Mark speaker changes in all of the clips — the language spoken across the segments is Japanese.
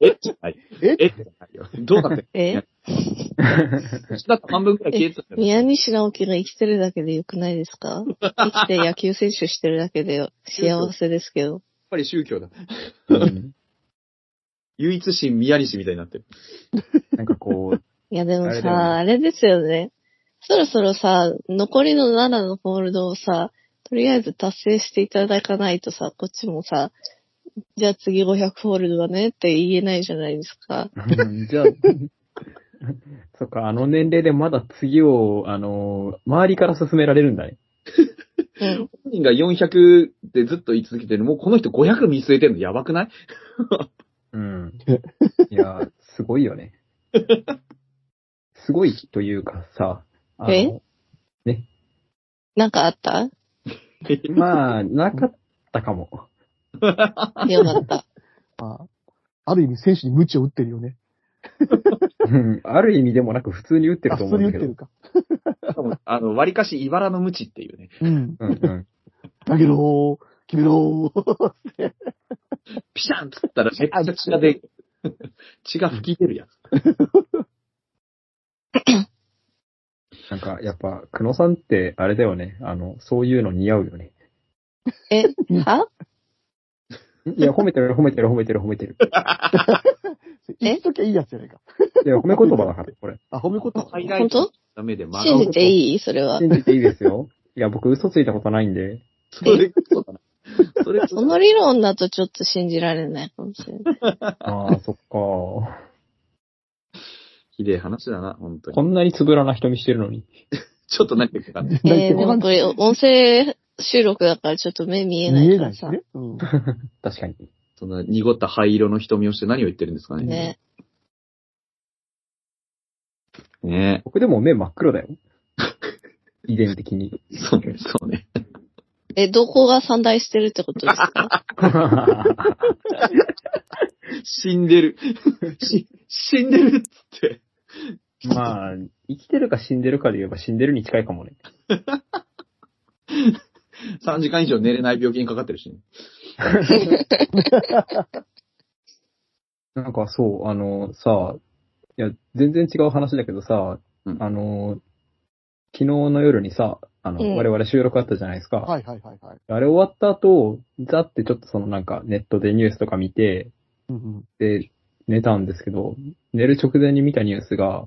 Speaker 1: えっじゃない。
Speaker 2: え
Speaker 1: えっじゃないよ。どうだって、
Speaker 3: え
Speaker 1: だって半分くらい消えてたよ。
Speaker 3: 宮西直樹が生きてるだけでよくないですか生きて野球選手してるだけで幸せですけど。
Speaker 1: やっぱり宗教だ。
Speaker 2: うん
Speaker 1: 唯一神宮西みたいになってる。
Speaker 2: なんかこう、
Speaker 3: いやでも
Speaker 2: あれだよね
Speaker 3: さ、あれですよね。そろそろさ、残りの7のホールドをさ、とりあえず達成していただかないとさ、こっちもさ、じゃあ次500ホールドだねって言えないじゃないですか。
Speaker 2: うんじゃあ、そっか、あの年齢でまだ次を、あの、周りから進められるんだね。
Speaker 3: うん。
Speaker 1: 本人が400でずっと言い続けてる。もうこの人500見据えてるのやばくない
Speaker 2: うん。いやー、すごいよね。すごいというかさ、あ
Speaker 3: え
Speaker 2: の、
Speaker 3: なんかあった
Speaker 2: まあ、なかったかも。
Speaker 3: よかった。
Speaker 4: まあ、ある意味選手に鞭を打ってるよね。
Speaker 2: うんある意味でもなく普通に打って
Speaker 4: あ、
Speaker 2: ると
Speaker 4: 普
Speaker 2: 思う
Speaker 4: 通
Speaker 2: ん
Speaker 4: に打
Speaker 2: だ
Speaker 4: っ
Speaker 2: け
Speaker 4: て
Speaker 2: ど
Speaker 4: る。か。
Speaker 1: しかも あの、割かし茨の無知っていうね。
Speaker 4: うん。
Speaker 2: うんうん。
Speaker 4: だけど、君の、
Speaker 1: ピシャンっつった らめっちゃ血が出る。血が吹き出るやつ。
Speaker 2: なんか、やっぱ、久野さんって、あれだよね。あの、そういうの似合うよね。
Speaker 3: え、はい
Speaker 2: や、褒めてる、褒めてる、褒めてる、褒めてる。
Speaker 4: 言っときゃいいやつじゃないか。
Speaker 2: いや、褒め言葉だから、これ。
Speaker 4: あ、褒め言 葉。
Speaker 1: ハイライ
Speaker 3: 本
Speaker 1: ト
Speaker 3: 当
Speaker 1: ダメで真
Speaker 3: 信
Speaker 1: 顔
Speaker 3: じ。ていいそれは。
Speaker 2: 信じていいですよ。いや、僕嘘ついたことないんで。
Speaker 1: それこそだな。それこ
Speaker 3: そ
Speaker 1: そ
Speaker 3: の理論だとちょっと信じられないかもしれない。
Speaker 2: ああ、そっか。
Speaker 1: ひでえ話だな、本当
Speaker 2: こ
Speaker 1: に。
Speaker 2: んなにつぶらな瞳してるのに。
Speaker 1: ちょっと何言ってたか。
Speaker 3: えー、でもこれ音声収録だからちょっと目見えな
Speaker 4: 見
Speaker 3: い
Speaker 4: え
Speaker 3: か
Speaker 4: な
Speaker 3: ら
Speaker 4: いし
Speaker 3: さ。
Speaker 4: ね。うん。
Speaker 2: 確かに。
Speaker 1: そんな濁った灰色の瞳をして何を言ってるんですかね。
Speaker 3: ね。
Speaker 1: ね
Speaker 2: 僕でも目真っ黒だ よ。遺伝的 に。
Speaker 1: え。そうね、そうね。
Speaker 3: え、瞳孔が散大してるってことですか
Speaker 1: 死んでる。 し死んでるっつって。
Speaker 2: まあ、生きてるか死んでるかで言えば死んでるに近いかもね。
Speaker 1: 3時間以上寝れない病気にかかってるしね。
Speaker 2: なんかそう、あの、さ、いや、全然違う話だけどさ、
Speaker 1: うん
Speaker 2: あの、昨日の夜にさ、あの、
Speaker 3: うん
Speaker 2: 我々収録あったじゃないですか。
Speaker 4: はいはいはいはい。
Speaker 2: あれ終わった後、ざってちょっとそのなんかネットでニュースとか見て、
Speaker 4: うんうん。
Speaker 2: で、寝たんですけど、寝る直前に見たニュースが、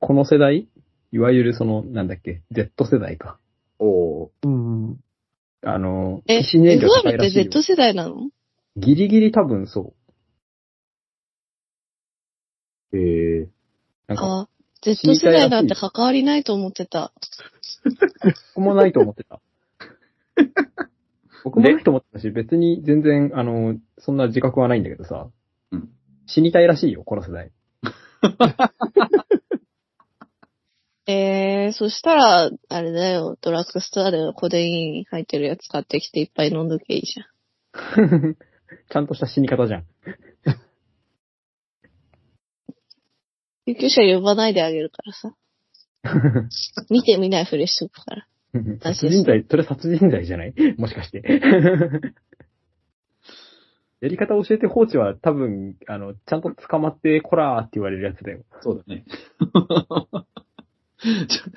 Speaker 2: この世代いわゆるその、なんだっけ、Z 世代か。
Speaker 1: おー。
Speaker 4: うんうん。
Speaker 2: あの、
Speaker 3: え、
Speaker 2: 新年度
Speaker 3: FR って Z 世代なの
Speaker 2: ギリギリ多分そう。
Speaker 1: へえ。
Speaker 2: なんか、
Speaker 3: あ、Z 世代なんて関わりないと思ってた。
Speaker 2: 僕もないと思って た。僕もないと思ってたし、別に全然、あの、そんな自覚はないんだけどさ、
Speaker 1: うん
Speaker 2: 死にたいらしいよ、この世代。
Speaker 3: えー、そしたら、あれだよ、ドラッグストアでコデイン入ってるやつ買ってきていっぱい飲んどけいいじゃん。
Speaker 2: ちゃんとした死に方じゃん。
Speaker 3: 救急車呼ばないであげるから さ。見て見ないふりしとくから。
Speaker 2: 殺人罪、それ殺人罪じゃない もしかして。やり方教えて放置は多分、あの、ちゃんと捕まって、こらーって言われるやつだよ。
Speaker 1: そうだね。 ちょ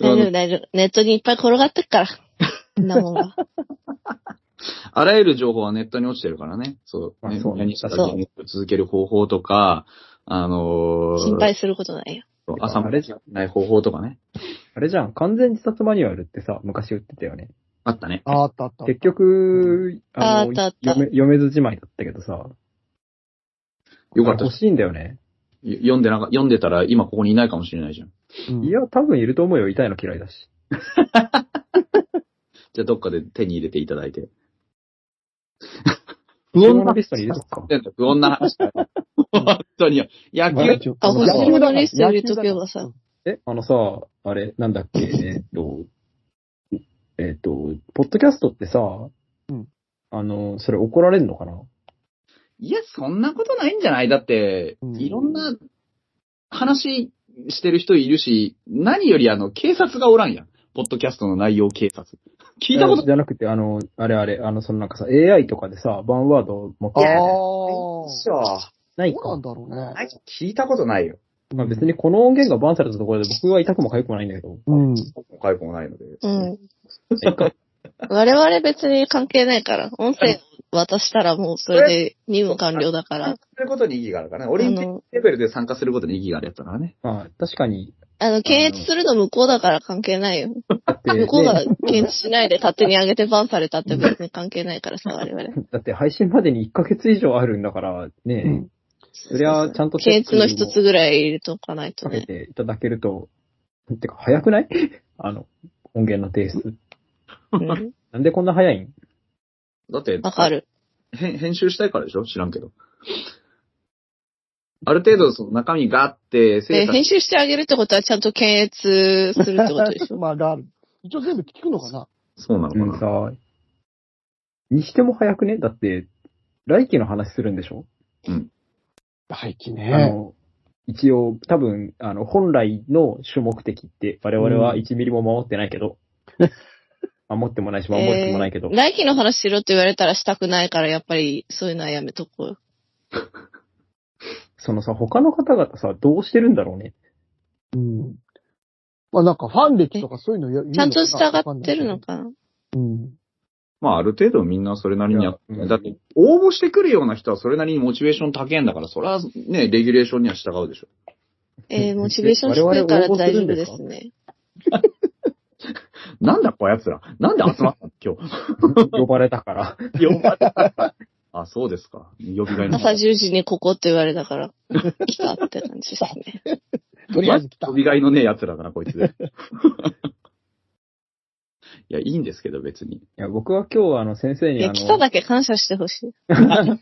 Speaker 3: 大
Speaker 1: あ
Speaker 3: 丈
Speaker 1: の
Speaker 3: 夫大丈夫。ネットにいっぱい転がってっ から。そんなもんが。
Speaker 1: あらゆる情報はネットに落ちてるからね。そう。
Speaker 2: まあ
Speaker 1: ね
Speaker 2: そうね
Speaker 1: 何したら
Speaker 3: そう
Speaker 1: ネットを続ける方法とか、あのー
Speaker 3: 心配することないよ。
Speaker 1: 朝まで起きない方法とかね。
Speaker 2: あれじゃん、完全自殺マニュアルってさ、昔売ってたよね。
Speaker 1: あったね。
Speaker 4: ああったあった。
Speaker 2: 結局、
Speaker 3: あ
Speaker 2: の
Speaker 3: あったあった
Speaker 2: 読め読めずじまいだったけどさ、
Speaker 1: よかった
Speaker 2: あれ欲しいんだよね。
Speaker 1: よ読んでなんか、読んでたら今ここにいないかもしれないじゃん。
Speaker 4: うん
Speaker 2: いや、多分いると思うよ、痛いの嫌いだし。
Speaker 1: じゃあどっかで手に入れていただいて。
Speaker 2: 不
Speaker 1: 穏な
Speaker 2: のリストに入れとくか。
Speaker 1: 不穏な話だ よ。本当に。野
Speaker 4: まあ
Speaker 1: 球、
Speaker 4: 一応
Speaker 3: あ、
Speaker 2: の
Speaker 3: 欲
Speaker 2: 野
Speaker 3: し
Speaker 2: 球
Speaker 3: いものリスト入れとけばさ。。
Speaker 2: え、あのさ、あれ、なんだっけ、えっと、えっと、ポッドキャストってさ、
Speaker 4: うん
Speaker 2: あの、それ怒られるのかない
Speaker 1: や、そんなことないんじゃないだって、
Speaker 4: うん
Speaker 1: いろんな話してる人いるし、何よりあの、警察がおらんやん。ポッドキャストの内容警察。聞いたこと
Speaker 2: じゃなくて、あの、あれあれ、あの、そのなんかさ、AI とかでさ、バンワードを持って
Speaker 4: あ
Speaker 2: き
Speaker 4: あ
Speaker 2: て
Speaker 4: ー。
Speaker 1: しょ。
Speaker 2: ない
Speaker 4: どうなん
Speaker 2: か。
Speaker 4: だろうね。
Speaker 1: 聞いたことないよ。
Speaker 2: まあ別にこの音源がバンされたところで僕は痛くも痒くもないんだけど。
Speaker 4: うん。
Speaker 1: かゆくもないので。
Speaker 3: うん。我々別に関係ないから、音声渡したらもうそれで任務完了だから
Speaker 1: 参。加することに意義があるからね。オリンピックレベルで参加することに意義があるやつだからね。
Speaker 2: まあ確かに、
Speaker 3: あの、検閲するの向こうだから関係ないよ。
Speaker 2: だって、
Speaker 3: 向こうが
Speaker 2: ね
Speaker 3: 検閲しないで勝手に上げてバンされたって別に関係ないからさ、我々。
Speaker 2: だって配信までに1ヶ月以上あるんだから、ね、
Speaker 4: うん
Speaker 2: そりゃちゃんとチェッ
Speaker 3: 検
Speaker 2: ク
Speaker 3: 閲の一つぐらい入れとかないと
Speaker 2: かけ
Speaker 3: ね。
Speaker 2: ていただけると、てか早くない あの、音源の提出。
Speaker 3: うん。
Speaker 2: なんでこんな早いん
Speaker 1: だって、
Speaker 3: わかる。
Speaker 1: 編編集したいからでしょ知らんけど。ある程度、その中身があって、
Speaker 3: で、
Speaker 1: 精査
Speaker 3: 編集してあげるってことはちゃんと検閲 するってことでしょ。
Speaker 4: まあ、がある。一応全部聞くのかな
Speaker 1: そうなのか
Speaker 2: うん
Speaker 1: な。
Speaker 2: さ、にしても早くねだって、来期の話するんでしょ
Speaker 4: 大気
Speaker 2: あ
Speaker 4: ね。
Speaker 2: の、一応、多分、あの、本来の主目的って、我々は1ミリも守ってないけど、守ってもないし、守ってもないけど、
Speaker 3: えー来期の話しろって言われたらしたくないから、やっぱりそういうのはやめとこうよ。
Speaker 2: そのさ、他の方々さ、どうしてるんだろうね。
Speaker 4: うん。まあなんかファン歴とかそういうのや
Speaker 3: ちゃんと従ってるのかな
Speaker 4: うん。
Speaker 1: まあ、ある程度みんなそれなりにやって
Speaker 2: いやうん
Speaker 1: だって、応募してくるような人はそれなりにモチベーション高いんだから、それはね、レギュレーションには従うでしょ。
Speaker 3: えー、モチベーション低いから大丈夫ですね。
Speaker 1: なんだこやつら。なんで集まったの今日。
Speaker 2: 呼ばれたから。
Speaker 1: 呼ばれた あ、そうですか。呼びがい の。
Speaker 3: 朝10時にここって言われたから、来たって感じですね。
Speaker 4: とりあえず来た
Speaker 1: 呼。びがいのねえ奴らだな、こいつで。 いや、いいんですけど、別に。
Speaker 2: いや、僕は今日、あの、先生
Speaker 3: い
Speaker 2: に、あ
Speaker 3: や、来た
Speaker 2: の、
Speaker 3: だけ感謝してほしい。
Speaker 1: なんだ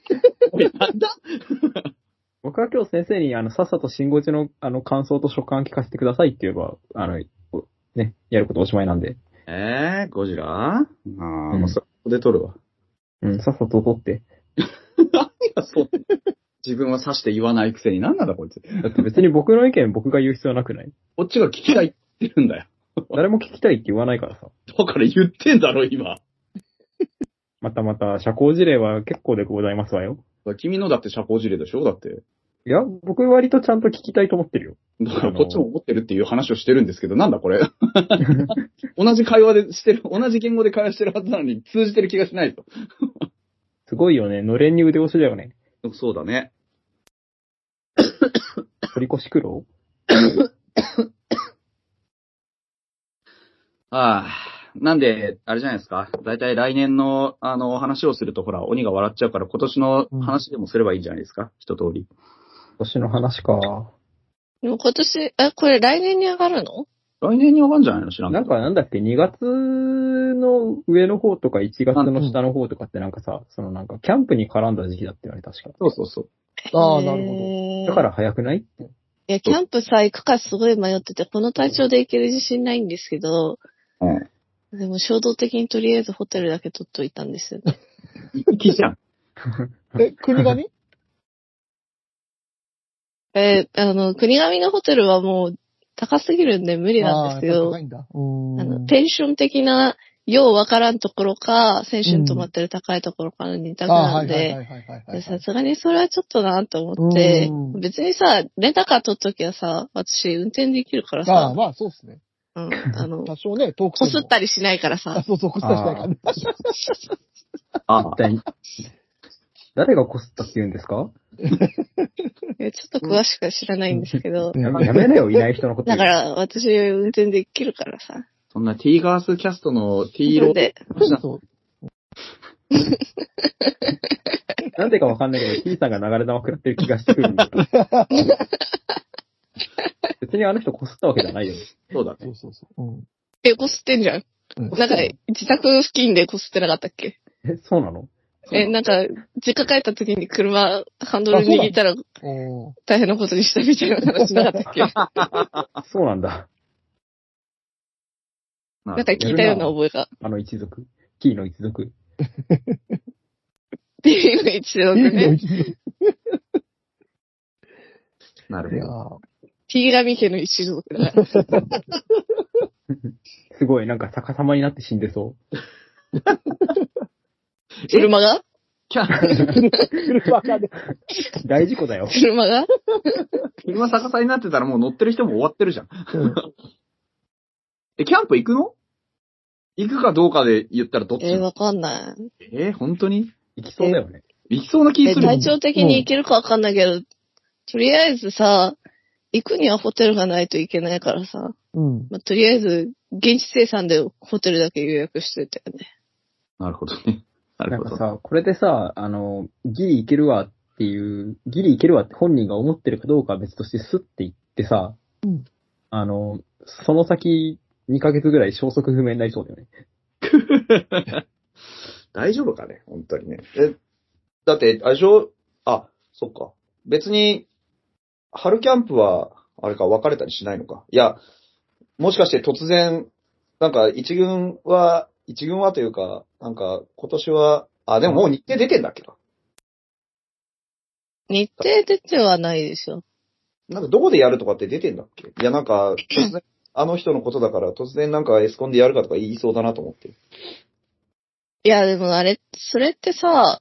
Speaker 2: 僕は今日先生に、あの、さっさと新語地の、あの、感想と所感聞かせてくださいって言えば、あの、ね、やることおしまいなんで、
Speaker 1: えー、ゴジラあー、
Speaker 2: うん
Speaker 1: もうそこで撮るわ。
Speaker 2: うん、さっさと取って。
Speaker 1: いや、そう。自分は刺して言わないくせに、なんなんだこいつ。
Speaker 2: だって別に僕の意見僕が言う必要なく ない
Speaker 1: こっちが聞きたいって言ってるんだよ。
Speaker 2: 誰も聞きたいって言わないからさ。
Speaker 1: だから言ってんだろ、今。
Speaker 2: またまた、社交辞令は結構でございますわよ。
Speaker 1: 君のだって社交辞令でしょだって。
Speaker 2: いや、僕割とちゃんと聞きたいと思ってるよ。
Speaker 1: だからこっちも思ってるっていう話をしてるんですけど、なんだこ れ。同じ会話でしてる、同じ言語で会話してるはずなのに通じてる気がしないと。
Speaker 2: すごいよね。のれんに腕押しだよね。
Speaker 1: そうだね。
Speaker 2: 取り越し苦労
Speaker 1: ああ。なんで、あれじゃないですか。だいたい来年の、あの、話をすると、ほら、鬼が笑っちゃうから、今年の話でもすればいいんじゃないですか。一通り。
Speaker 2: 年の話か。
Speaker 3: でも今年、え、これ来年に上がるの
Speaker 1: 来年に上がるんじゃないの知らんけ
Speaker 2: な
Speaker 1: ど
Speaker 2: んかなんだっけ、2月の上の方とか1月の下の方とかってなんかさ、そのなんかキャンプに絡んだ時期だって言われた確か。
Speaker 1: そうそうそう。
Speaker 4: ああ、なるほど。
Speaker 3: ほ
Speaker 2: だから早くない
Speaker 3: いや、キャンプさ、行くかすごい迷ってて、この体調で行ける自信ないんですけど、
Speaker 1: うん。
Speaker 3: でも衝動的にとりあえずホテルだけ取っといたんですよね。
Speaker 1: 行きじゃん。
Speaker 4: え、国がね
Speaker 3: えーあの、国神のホテルはもう高すぎるんで無理なんです
Speaker 4: あーやっ
Speaker 3: よ
Speaker 4: ぱ高。いんだ。
Speaker 3: あの、
Speaker 4: う
Speaker 3: ペンション的な、ようわからんところか、先週に泊まってる高いところから2択なんで、
Speaker 4: いはいはい
Speaker 3: でさすがにそれはちょっとなと思って
Speaker 4: うん、
Speaker 3: 別にさ、レンタカー取っときはさ、私運転できるから
Speaker 4: ああ、
Speaker 3: さ、
Speaker 4: まあそうですね。
Speaker 3: うん、あの、
Speaker 4: 多少ね、遠く
Speaker 3: こすった
Speaker 4: り。
Speaker 3: りしないから
Speaker 4: あ、
Speaker 3: さ、
Speaker 4: そうそう、こすったりしないからね。
Speaker 1: ああ
Speaker 2: 一。 体誰がこすったって言うんですか
Speaker 3: いやちょっと詳しくは知らないんですけど、
Speaker 2: ややめなよ、いない人のこと言う。
Speaker 3: だから私運転できるからさ、
Speaker 1: そんなティーガースキャストのティーロ
Speaker 3: それ
Speaker 1: ー
Speaker 3: で、
Speaker 4: そう。
Speaker 2: なんでかわかんないけど、T さんが流れ玉食らってる気がしてくるん だよ。別にあの人こすったわけじゃないよね。
Speaker 1: そうだ
Speaker 4: そ
Speaker 1: ね。
Speaker 4: うそうそう。うん
Speaker 3: え、こすってんじゃん。
Speaker 4: うん。
Speaker 3: なんか、自宅付近でこすってなかったっけ
Speaker 2: え、そうなの
Speaker 3: え、なんか、実家帰った時に車、ハンドル握ったら
Speaker 4: おー
Speaker 3: 大変なことにしたみたいな話なかったっけな
Speaker 2: そうなんだ。
Speaker 1: なん
Speaker 3: か聞いたような覚えが。
Speaker 2: あの一族。T の一族。
Speaker 3: っていう一度でね。
Speaker 1: なる
Speaker 4: いや
Speaker 1: ほど。
Speaker 4: ー
Speaker 3: T 神家の一族だから。
Speaker 2: すごい、なんか逆さまになって死んでそ
Speaker 3: 車が
Speaker 1: キャ
Speaker 4: 車がね
Speaker 2: う。大事故だよ。
Speaker 3: 車が
Speaker 1: 車逆さになってたらもう乗ってる人も終わってるじゃん。
Speaker 4: うん
Speaker 1: え、キャンプ行くの行くかどうかで言ったらどっち
Speaker 3: えーわかんない。
Speaker 1: えー本当に
Speaker 2: 行きそうだよね。
Speaker 1: 行きそうな気
Speaker 3: え、
Speaker 1: するよ
Speaker 3: 体調的に行けるかわかんないけど、とりあえずさ、行くにはホテルがないといけないからさ、
Speaker 4: うん。
Speaker 3: まあ、とりあえず、現地生産でホテルだけ予約しといたよね。
Speaker 1: なるほどね。な
Speaker 2: な
Speaker 1: るほ
Speaker 2: んか
Speaker 1: ど。
Speaker 2: さ、これでさ、あの、ギリいけるわっていう、ギリいけるわって本人が思ってるかどうかは別としてスッて行ってさ、
Speaker 4: うん
Speaker 2: あの、その先2ヶ月ぐらい消息不明になりそうだよね。
Speaker 1: 大丈夫かね本当にね。え、だって、あれでしょあ、そっか。別に、春キャンプは、あれか、別れたりしないのか。いや、もしかして突然、なんか一軍は、一軍はというか、なんか今年は、あ、でももう日程出てんだっけど。
Speaker 3: 日程出てはないでしょ。
Speaker 1: なんかどこでやるとかって出てんだっけいや、なんか、突然、あの人のことだから、突然なんかエスコンでやるかとか言いそうだなと思って。
Speaker 3: いや、でもあれ、それってさ、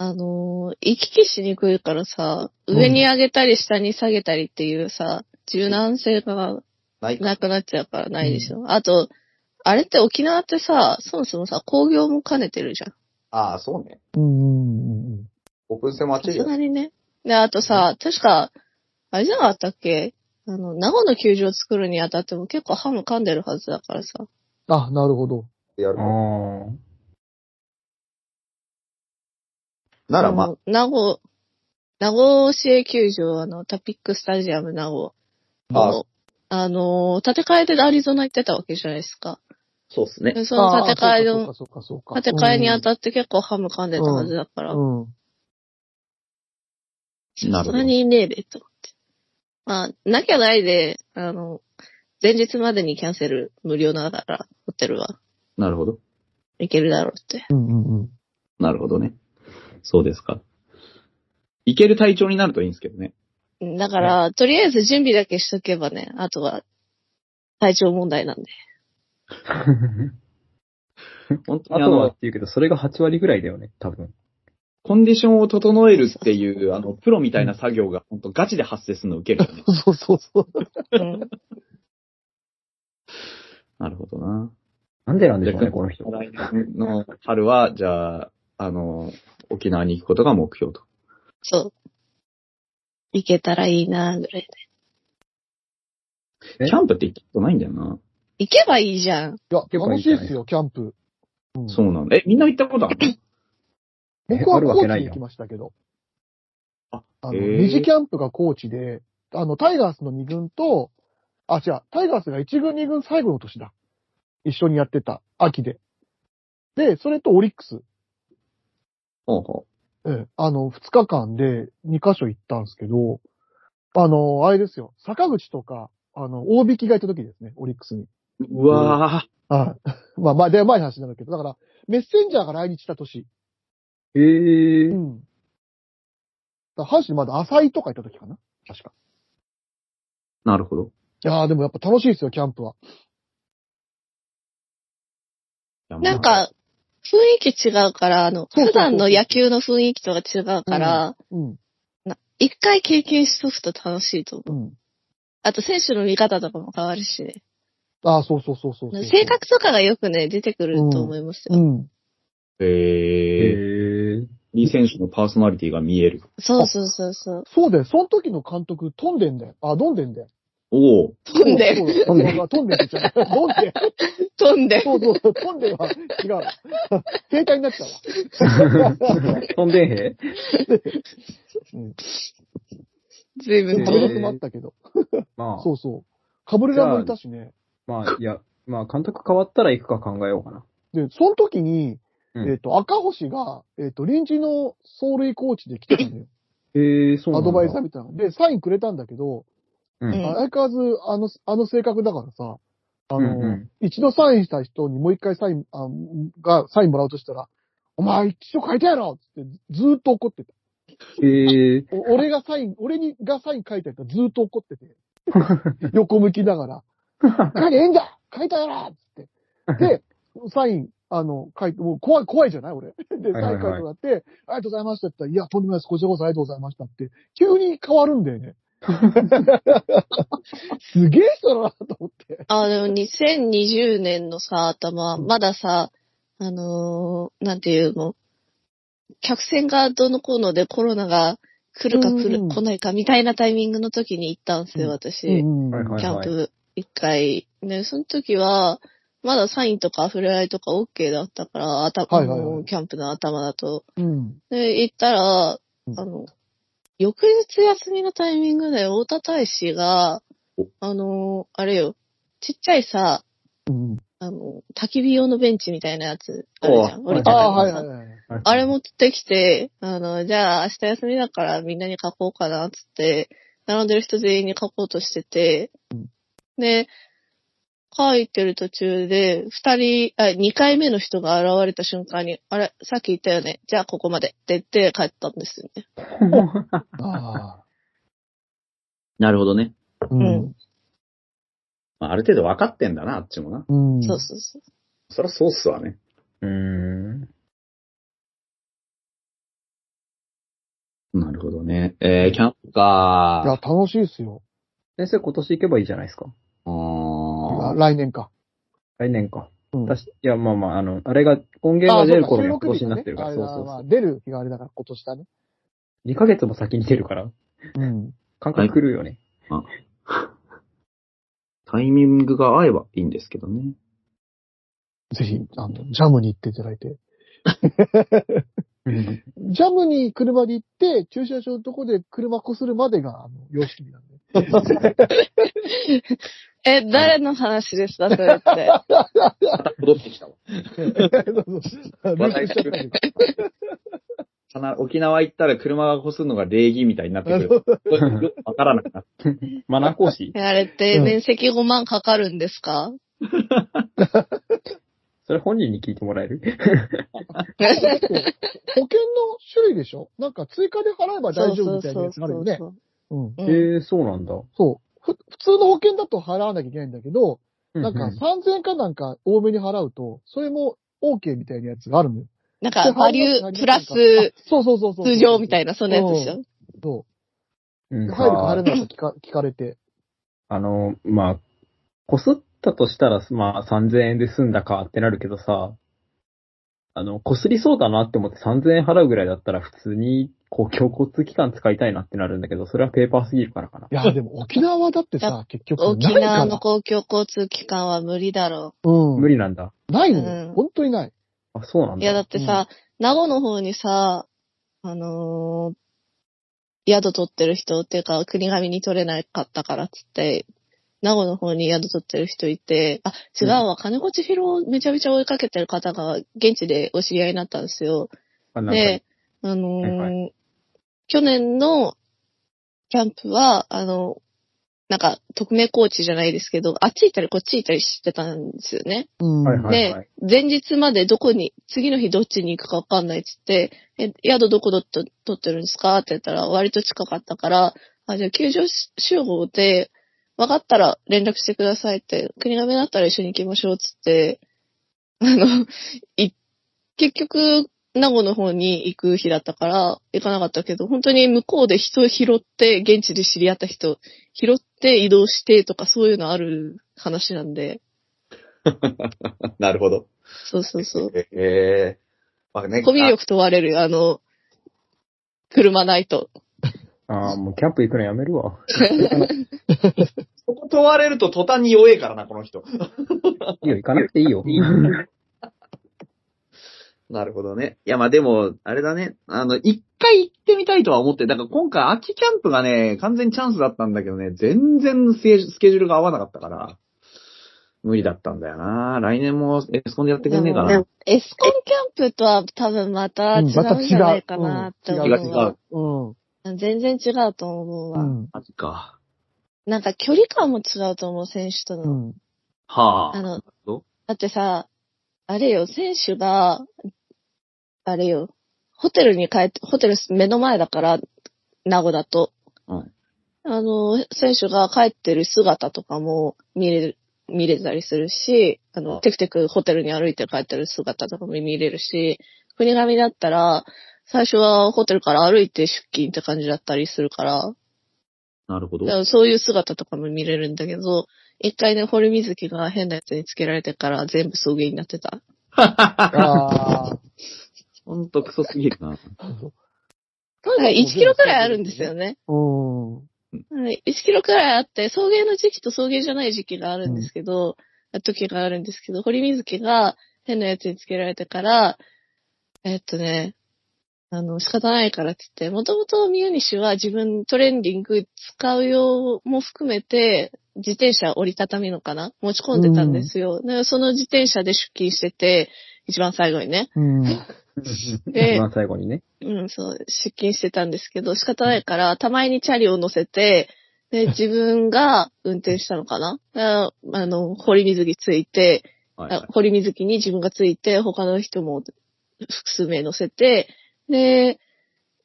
Speaker 3: あのー行き来しにくいからさ、上に上げたり下に下げたりっていうさ、柔軟性が
Speaker 1: ないか。
Speaker 3: なくなっちゃうからないでしょ。あと、あれって沖縄ってさ、そもそもさ、工業も兼ねてるじゃん。
Speaker 1: ああ、そうね。
Speaker 4: うんうんうん。
Speaker 1: オープン戦もあっち
Speaker 3: さ
Speaker 1: ですよ
Speaker 3: が。にね。で、あとさ、確か、あれじゃなかったっけあの、名護の球場作るにあたっても結構ハム噛んでるはずだからさ。
Speaker 4: あ、なるほど。
Speaker 1: やる
Speaker 2: あ
Speaker 1: か
Speaker 2: あ。
Speaker 1: ならまあ、
Speaker 3: の名護、名護市営球場、あの、タピックスタジアム名護。
Speaker 1: あ
Speaker 3: のあの、建て替えでアリゾナ行ってたわけじゃないですか。
Speaker 1: そうっすね。
Speaker 3: でその建て替え
Speaker 4: あ
Speaker 3: の、
Speaker 4: そうかそうかそう
Speaker 3: 建
Speaker 4: か。
Speaker 3: て替えにあ
Speaker 4: った
Speaker 3: って結構ハム噛んでたはずだから、
Speaker 4: うん。
Speaker 1: な
Speaker 3: さ
Speaker 1: るほ
Speaker 3: す
Speaker 1: ど
Speaker 3: がにいねえべと思って。まあ、なきゃないで、あの、前日までにキャンセル無料だから、ホテルは
Speaker 1: なるほど。
Speaker 3: 行けるだろうって。
Speaker 4: うんうんうん。
Speaker 1: なるほどね。そうですか。いける体調になるといいんですけどね。
Speaker 3: だから、とりあえず準備だけしとけばね、あとは、体調問題なんで。
Speaker 1: 本当
Speaker 2: あ
Speaker 1: にあ
Speaker 2: とはっ
Speaker 1: の、
Speaker 2: て言うけど、それが8割ぐらいだよね、多分。
Speaker 1: コンディションを整えるっていう、あの、プロみたいな作業が、本当ガチで発生するの受けるよ ね。
Speaker 4: そうそうそう。
Speaker 3: うん。
Speaker 1: なるほどな。
Speaker 2: なんでなんでしょうね、この人。
Speaker 1: 来年の春は、じゃあ、あの、沖縄に行くことが目標と。
Speaker 3: そう。行けたらいいな、ぐらいで。
Speaker 1: キ
Speaker 2: え
Speaker 1: ャンプって行ったことないんだよな。
Speaker 3: 行けばいいじゃん。
Speaker 4: いや、
Speaker 2: 結構い
Speaker 4: 楽
Speaker 2: い
Speaker 4: し
Speaker 2: じゃ
Speaker 4: い
Speaker 2: ない
Speaker 4: ですよ、キャンプ。うん
Speaker 1: そうなんだ。え、みんな行ったことある
Speaker 2: え
Speaker 4: 僕
Speaker 2: あ
Speaker 4: は
Speaker 2: るわ
Speaker 4: 高
Speaker 2: け
Speaker 4: 知
Speaker 2: ない
Speaker 4: に
Speaker 2: よ
Speaker 4: 行きましたけど。
Speaker 1: あ、
Speaker 4: あの、
Speaker 1: へー
Speaker 4: 二次キャンプが高知で、あの、タイガースの二軍と、あ、違う、タイガースが一軍二軍最後の年だ。一緒にやってた、秋で。で、それとオリックス。
Speaker 1: ほうほ
Speaker 4: ええ、あの、二日間で二箇所行ったんですけど、あの、あれですよ、坂口とか、あの、大引きがいた時ですね、オリックスに。
Speaker 1: う。うわぁ。
Speaker 4: はい。 まあ、まあ、で、前の話になるけど、だから、メッセンジャーが来日した年。
Speaker 2: ええ
Speaker 4: うん。だから阪神まだ浅井とか行った時かな確か。
Speaker 1: なるほど。い
Speaker 4: いやーでもやっぱ楽しいですよ、キャンプは。
Speaker 1: や
Speaker 3: なん、か、雰囲気違うから、あの、
Speaker 4: そうそう
Speaker 3: 普段の野球の雰囲気とは違うから、
Speaker 4: うん。
Speaker 3: 一回経験しとくと楽しいと思う。
Speaker 4: うん。
Speaker 3: あと、選手の見方とかも変わるしね。
Speaker 4: ああ、そうそうそうそうそう。
Speaker 3: 性格とかがよくね、出てくると思います
Speaker 4: う
Speaker 3: よ。
Speaker 4: ん。
Speaker 1: えー、
Speaker 2: ええ
Speaker 1: 李選手のパーソナリティが見える。
Speaker 3: そうそうそうそう。
Speaker 4: そうだよ。その時の監督、飛んでんだよ。あ、どんでんだよ。
Speaker 1: おお。
Speaker 3: 飛んで、
Speaker 4: 飛んでん。飛んでんって言っちゃう。どんでん。
Speaker 3: 飛んで。
Speaker 4: そうそうそう。飛んでんは違う。正解になっちゃうわ。
Speaker 2: 飛んでんへ
Speaker 4: うん。
Speaker 3: ずいぶ
Speaker 4: で
Speaker 3: ん飛
Speaker 4: も、
Speaker 3: ん
Speaker 4: ハド
Speaker 3: で。
Speaker 4: ロスもあったけど。
Speaker 2: まあ、
Speaker 4: そうそう。カブレラもいたしね。
Speaker 2: まあ、いや、まあ、監督変わったら行くか考えようかな。
Speaker 4: で、その時に、
Speaker 2: うん
Speaker 4: えっ、と、赤星が、えっ、と、臨時の走塁コーチで来てたんだよ。
Speaker 2: ええそうな
Speaker 4: ア
Speaker 2: んだ。
Speaker 4: ドバイザーみたいなの。で、サインくれたんだけど、
Speaker 2: うん
Speaker 3: うん
Speaker 4: 相変わらず、あの、あの性格だからさ、あの、
Speaker 2: うんうん
Speaker 4: 一度サインした人にもう一回サイン、あが、サインもらおうとしたら、お前一度書いたやろつってずーっと怒ってた。
Speaker 2: ええ
Speaker 4: お俺がサイン、俺 にがサイン書いたやつはずーっと怒ってて、横向きながら、何えんだ書いたやろっつって。で、サイン、あの、書いて、もう怖い、怖いじゃない 俺。で、
Speaker 2: は
Speaker 4: サ
Speaker 2: いはいはい
Speaker 4: イン書いてもらって、ありがとうございましたって言ったら、いや、とんでもないです。こちらこそありがとうございましたって、急に変わるんだ よね。すげえ人だなと思って。
Speaker 3: あ、でも2020年のさ、頭、まださ、あのーなんていうの、客船がどうのこうのでコロナが来るか来る、
Speaker 4: うんうん
Speaker 3: 来ないかみたいなタイミングの時に行ったんですよ、私。
Speaker 4: うん
Speaker 2: はいはい
Speaker 3: キャンプ一回。ね、その時は、まだサインとか触れ合いとか OK だったから、頭、
Speaker 4: はいはいはい
Speaker 3: もうキャンプの頭だと。
Speaker 4: うん。
Speaker 3: で、行ったら、あ
Speaker 4: うん
Speaker 3: の、翌日休みのタイミングで、大田大使が
Speaker 1: お、
Speaker 3: あの、あれよ、ちっちゃいさ、
Speaker 4: うん。
Speaker 3: あの、焚き火用のベンチみたいなやつ、あるじゃん。
Speaker 1: お
Speaker 3: 折り
Speaker 4: あ
Speaker 3: た
Speaker 4: あ、
Speaker 3: たみ
Speaker 4: は
Speaker 3: の
Speaker 4: い
Speaker 3: さ
Speaker 4: はいはい。
Speaker 3: あれ持ってきて、あの、じゃあ明日休みだからみんなに書こうかな、つって、並んでる人全員に書こうとしてて、
Speaker 4: うん
Speaker 3: で、書いてる途中で、二人、あ、二回目の人が現れた瞬間に、あれ、さっき言ったよね、じゃあここまで、って言って帰ったんですよね。
Speaker 4: あ
Speaker 1: なるほどね。
Speaker 4: あ。うん。
Speaker 1: まあ、ある程度分かってんだな、あっちもな。
Speaker 4: うん。
Speaker 3: そうそうそう。
Speaker 1: そりゃそうっすわね。
Speaker 2: うーん。
Speaker 1: なるほどね。えー、キャンプか
Speaker 4: いや、楽しいですよ。
Speaker 2: 先生今年行けばいいじゃないですか。
Speaker 1: あ
Speaker 4: あ
Speaker 1: ー
Speaker 4: 来年か。
Speaker 2: 来年か。
Speaker 4: うん
Speaker 2: 私、いや、まあまあ、あの、あれが、音源が出る頃の今年になってるから、
Speaker 4: あ
Speaker 2: そ
Speaker 4: そうう
Speaker 2: そう
Speaker 4: そ。
Speaker 2: そう
Speaker 4: 出る日があれだから、今年だね。
Speaker 2: う。2ヶ月も先に出るから、
Speaker 4: うん。
Speaker 2: 感覚狂うよね。
Speaker 1: タイミングが合えばいいんですけどね。
Speaker 4: ぜひ、あの、ジャムに行っていただいて。
Speaker 2: うん
Speaker 4: ジャムに車で行って、駐車場のとこで車こするまでが、あの、様式日なん で。
Speaker 3: え、誰の話ですか、それ って。
Speaker 1: また戻ってきたわ。
Speaker 4: そう そう。ループしちゃったけど
Speaker 1: かな沖縄行ったら車がこするのが礼儀みたいになってくる。よくわからなくなって。
Speaker 2: マナー講師
Speaker 3: えあれって、
Speaker 4: うん
Speaker 3: 面積5万かかるんですか、
Speaker 2: それ本人に聞いてもらえる
Speaker 4: だって保険の種類でしょなんか追加で払えば大丈夫みたいなやつあるよね。
Speaker 3: そう
Speaker 4: うん。
Speaker 2: え
Speaker 3: そうそううん
Speaker 2: ー、そうなんだ。
Speaker 4: そう。ふ普通の保険だと払わなきゃいけないんだけど、なんか3000円かなんか多めに払うと、それも OK みたいなやつがあるのよ。
Speaker 3: なんか、バリュープラス、
Speaker 4: あ、そうそうそうそう。
Speaker 3: 通常みた
Speaker 4: い
Speaker 3: いな、そんなやつでしょ
Speaker 4: な。そ
Speaker 2: うん
Speaker 4: う。
Speaker 2: さ
Speaker 4: 入るか入らないか聞か聞かれて。
Speaker 2: あの、まあ、こすったとしたら、まあ、3000円で済んだかってなるけどさ、あの、こすりそうだなって思って3000円払うぐらいだったら普通に公共交通機関使いたいなってなるんだけど、それはペーパーすぎるからかな。
Speaker 4: いや、でも沖縄だって
Speaker 3: い
Speaker 4: さ、結局
Speaker 3: 沖
Speaker 4: ないから。
Speaker 3: 縄の公共交通機関は無理だろ
Speaker 4: うん。
Speaker 2: 無理なんだ。
Speaker 4: ないのよ、
Speaker 3: うん
Speaker 4: 本当にない。
Speaker 2: あ、そうなん
Speaker 3: う。
Speaker 2: だ。
Speaker 3: いや、だってさ、名護の方にさ、あのー宿取ってる人っていうか、国神に取れなかったからっつって、名護の方に宿取ってる人いて、あ、違うわ、金子千尋をめちゃめちゃ追いかけてる方が現地でお知り合いになったんですよ。
Speaker 2: あなんか
Speaker 3: で、あのー
Speaker 2: はい
Speaker 3: 去年のキャンプは、あの、なんか、特命コーチじゃないですけど、あっち行ったりこっち行ったりしてたんですよね。
Speaker 4: うん。
Speaker 2: はいはい
Speaker 3: で、前日までどこに、次の日どっちに行くかわかんないっつって、え、宿どこだと取ってるんですかって言ったら、割と近かったから、あ、じゃあ球場集合で、分かったら連絡してくださいって、国が目だったら一緒に行きましょうっつって、あの、 い、結局、名護の方に行く日だったから、行かなかったけど、本当に向こうで人を拾って、現地で知り合った人、拾って移動してとかそういうのある話なんで、
Speaker 1: なるほど。
Speaker 3: そうそうそう。
Speaker 1: ええまあね、
Speaker 3: コミュ力問われる、あの、車ないと。
Speaker 2: ああ、もうキャンプ行くのやめるわ。
Speaker 1: あそこ問われると途端に弱えからな、この人。
Speaker 2: いいよ、行かなくていいよ。
Speaker 1: なるほどね。いや、まあでも、あれだね。あの、一回行ってみたいとは思って、だから今回秋キャンプがね、完全にチャンスだったんだけどね、全然スケジスケジュールが合わなかったから、無理だったんだよな。来年もエスコンでやってくんねえか
Speaker 3: で
Speaker 1: な
Speaker 3: も。エスコンキャンプとは多分また違うんじゃないかなって思
Speaker 1: うんまた違う
Speaker 3: う
Speaker 1: 違う違
Speaker 3: わ
Speaker 1: う。
Speaker 4: うん。
Speaker 3: 全然違うと思う
Speaker 4: う
Speaker 3: わ。
Speaker 4: ん。
Speaker 1: マジか。
Speaker 3: なんか距離感も違うと思う、選手と
Speaker 4: う
Speaker 3: の。
Speaker 4: ん。
Speaker 1: は
Speaker 3: あ
Speaker 1: あ。
Speaker 3: の
Speaker 1: ど、
Speaker 3: だってさ、あれよ、選手が、あれよ、ホテルに帰って、ホテル目の前だから、名護だと。
Speaker 1: うん
Speaker 3: あの、選手が帰ってる姿とかも見れる、見れたりするし、あの、テクテクホテルに歩いて帰ってる姿とかも見れるし、国神だったら、最初はホテルから歩いて出勤って感じだったりするから、
Speaker 5: なるほど
Speaker 3: だか。らそういう姿とかも見れるんだけど、一回ね、堀水木が変なやつにつけられてから全部送迎になってた。
Speaker 4: ああ。
Speaker 5: ほんとクソすぎるな。
Speaker 3: はい、1キロくらいあるんですよ
Speaker 4: ね。
Speaker 3: ね。
Speaker 4: うん。
Speaker 3: はい、1キロくらいあって、送迎の時期と送迎じゃない時期があるんですけど、時があるんですけど、堀水木が変なやつにつけられてから、えっとね、あの、仕方ないからって言って、もともと宮西は自分トレンディング使う用も含めて、自転車折りたたみのかな持ち込んでたんですよ。でその自転車で出勤してて、一番最後にね。
Speaker 4: うん。
Speaker 3: ええ
Speaker 2: 一番最後にね。
Speaker 3: うん、そう、出勤してたんですけど、仕方ないから、たまにチャリを乗せて、で、自分が運転したのかな ああの、堀水着ついて、
Speaker 5: はい
Speaker 3: あ堀水着に自分がついて、他の人も複数名乗せて、で、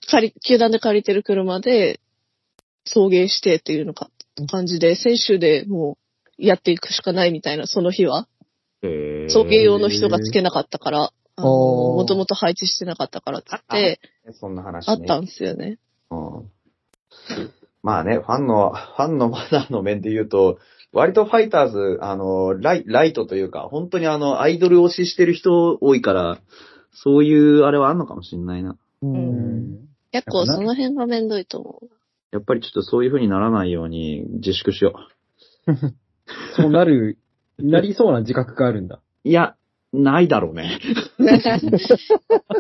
Speaker 3: 借り、球団で借りてる車で、送迎してっていうのか、感じで、選手でもう、やっていくしかないみたいな、その日は。
Speaker 5: へー
Speaker 3: 送迎用の人がつけなかったから、
Speaker 4: おー
Speaker 3: もともと配置してなかったからっつって、
Speaker 1: そんな話、
Speaker 3: あ
Speaker 1: ね。
Speaker 3: ったんですよね。
Speaker 1: うんまあね、ファンの、ファンのマナーの面で言うと、割とファイターズ、あの、ライライトというか、本当にあの、アイドル推ししてる人多いから、そういうあれはあんのかもしんないな。
Speaker 4: うん
Speaker 3: 結構その辺がめんどいと思う。
Speaker 1: やっぱりちょっとそういう風にならないように自粛しよ
Speaker 2: そうなる、なりそうな自覚があるんだ。
Speaker 1: う。いや、ないだろうね。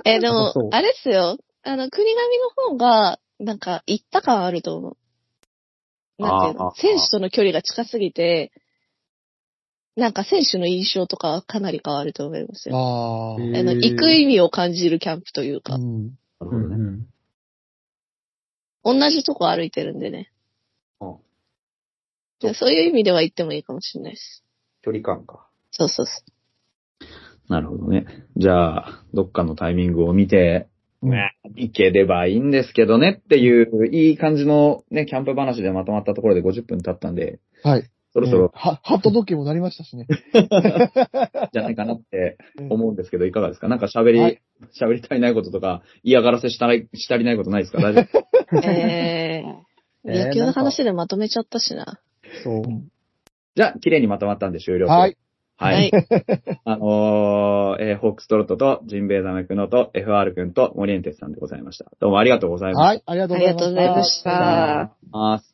Speaker 3: え、で
Speaker 2: あそう
Speaker 3: も、あれっすよ。あの、国神の方が、なんか、行った感あると思う。な
Speaker 1: あ
Speaker 3: んていう
Speaker 1: ーあ
Speaker 3: の
Speaker 1: ー
Speaker 3: 選手との距離が近すぎて、なんか選手の印象とかはかなり変わると思いますよ。
Speaker 4: ああ。
Speaker 2: へ
Speaker 3: あの、
Speaker 2: へー
Speaker 3: 行く意味を感じるキャンプというか
Speaker 4: う、ん。
Speaker 1: なる
Speaker 2: う
Speaker 1: ほどね。
Speaker 2: ん
Speaker 3: 同じとこ歩いてるんでね
Speaker 1: うん。
Speaker 3: でそういう意味では行ってもいいかもしれないです。
Speaker 1: 距離感か。
Speaker 3: そうそうそ
Speaker 5: なるほどね。じゃあ、どっかのタイミングを見て、ね、いければいいんですけどねっていう、いい感じのね、キャンプ話でまとまったところで50分経ったんで、
Speaker 4: はい。
Speaker 5: そろそろ
Speaker 4: は、ハット時計もなりましたしね。
Speaker 5: じゃないかなって
Speaker 4: うん
Speaker 5: 思うんですけど、いかがですかなんか喋り、
Speaker 4: はい
Speaker 5: 喋り足りないこととか、嫌がらせしたらい、したりないことないですか大丈 夫
Speaker 3: う。えー、
Speaker 2: えー
Speaker 3: 野球の話でまとめちゃったしな。
Speaker 2: うんそう。
Speaker 5: じゃあ、綺麗にまとまったんで終了。
Speaker 4: はい。。
Speaker 5: はい。。あのー、えーホークストロットと、ジンベエザメクノと、FR 君と、モリエンテスさんでございました。どうもありがとうございました。
Speaker 4: はい。ありがとうございまし
Speaker 3: あ
Speaker 4: た。
Speaker 3: りがとうございました
Speaker 5: あー